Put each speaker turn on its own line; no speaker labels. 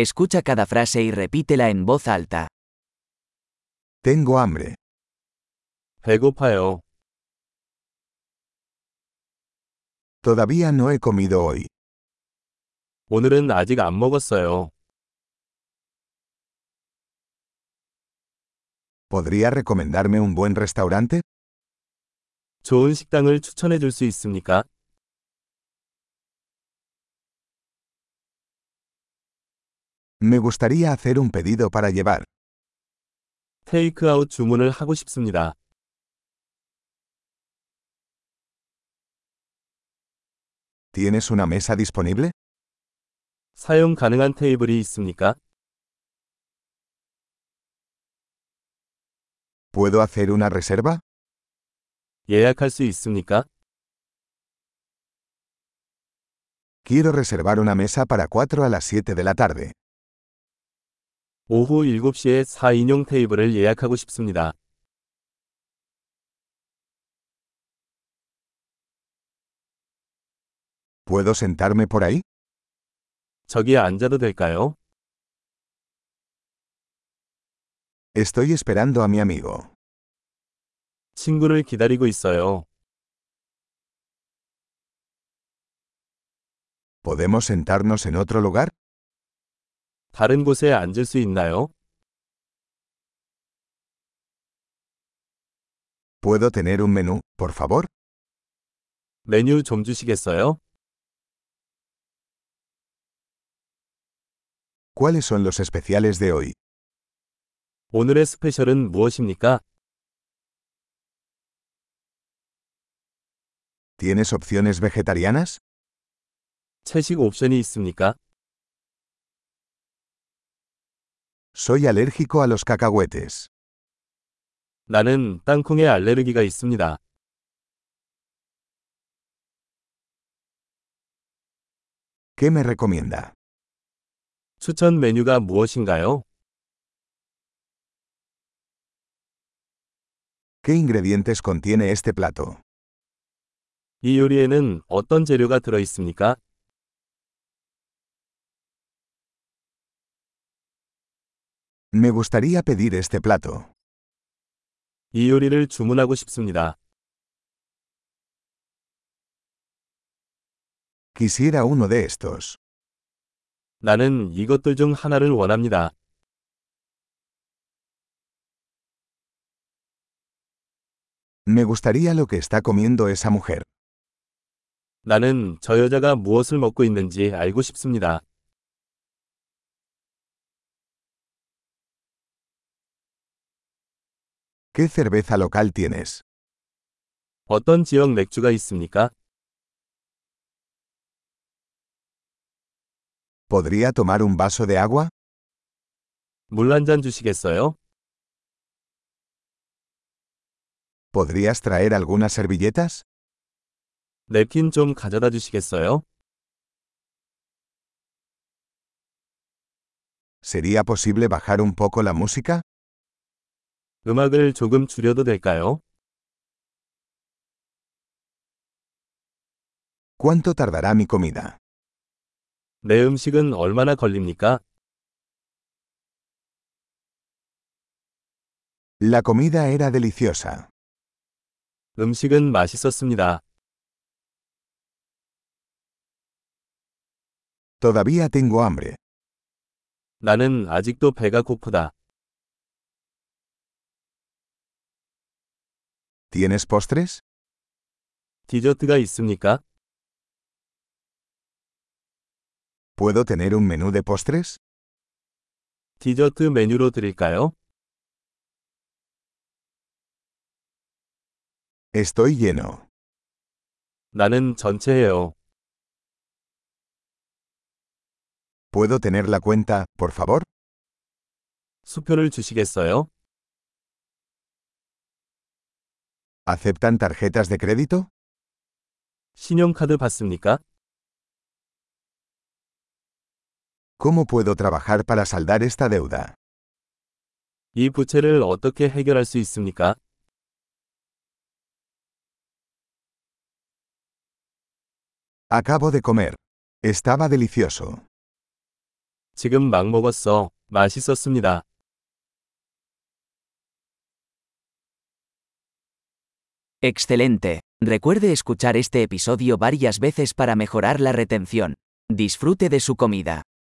Escucha cada frase y repítela en voz alta.
Tengo hambre.
배고파요.
Todavía no he comido hoy.
오늘은 아직 안 먹었어요.
¿Podría recomendarme un buen restaurante?
좋은 식당을 추천해 줄 수 있습니까?
Me gustaría hacer un pedido para llevar.
테이크아웃 주문을 하고 싶습니다.
¿Tienes una mesa disponible?
사용 가능한 테이블이 있습니까?
¿Puedo hacer una reserva?
예약할 수 있습니까?
Quiero reservar una mesa para 4 a las 7 de la tarde.
오후 7시에 4인용 테이블을 예약하고 싶습니다.
¿Puedo sentarme por ahí?
저기 앉아도 될까요?
Estoy esperando a mi amigo.
친구를 기다리고 있어요.
¿Podemos sentarnos en otro lugar?
다른 곳에 앉을 수 있나요?
¿Puedo tener un menú, por favor?
메뉴 좀 주시겠어요?
¿Cuáles son los especiales de hoy?
오늘의 스페셜은 무엇입니까?
¿Tienes opciones vegetarianas?
채식 옵션이 있습니까?
Soy alérgico a los cacahuetes.
나는 땅콩에 알레르기가 있습니다.
¿Qué me recomienda?
추천 메뉴가 무엇인가요?
¿Qué ingredientes contiene este plato?
이 요리에는 어떤 재료가 들어 있습니까?
Me gustaría pedir este plato.
이 요리를 주문하고 싶습니다.
Quisiera uno de estos.
나는 이것들 중 하나를 원합니다.
Me gustaría lo que está comiendo esa mujer.
나는 저 여자가 무엇을 먹고 있는지 알고 싶습니다.
¿Qué cerveza local tienes?
어떤 지역 맥주가 있습니까?
¿Podría tomar un vaso de agua?
물 한 잔 주시겠어요?
¿Podrías traer algunas servilletas?
냅킨 좀 가져다 주시겠어요?
¿Sería posible bajar un poco la música?
음악을 조금 줄여도 될까요?
¿Cuánto tardará mi comida?
내 음식은 얼마나 걸립니까?
La comida era deliciosa.
음식은 맛있었습니다.
Todavía tengo hambre.
나는 아직도 배가 고프다.
¿Tienes postres?
디저트가 있습니까?
¿Puedo tener un menú de postres?
디저트 메뉴로 드릴까요?
Estoy lleno.
나는 전체예요.
¿Puedo tener la cuenta, por favor?
수표를 주시겠어요?
¿Aceptan tarjetas de crédito?
신용카드 받습니까?
¿Cómo puedo trabajar para saldar esta deuda?
이 부채를 어떻게 해결할 수 있습니까?
Acabo de comer. Estaba delicioso.
지금 막 먹었어. 맛있었습니다.
Excelente. Recuerde escuchar este episodio varias veces para mejorar la retención. Disfrute de su comida.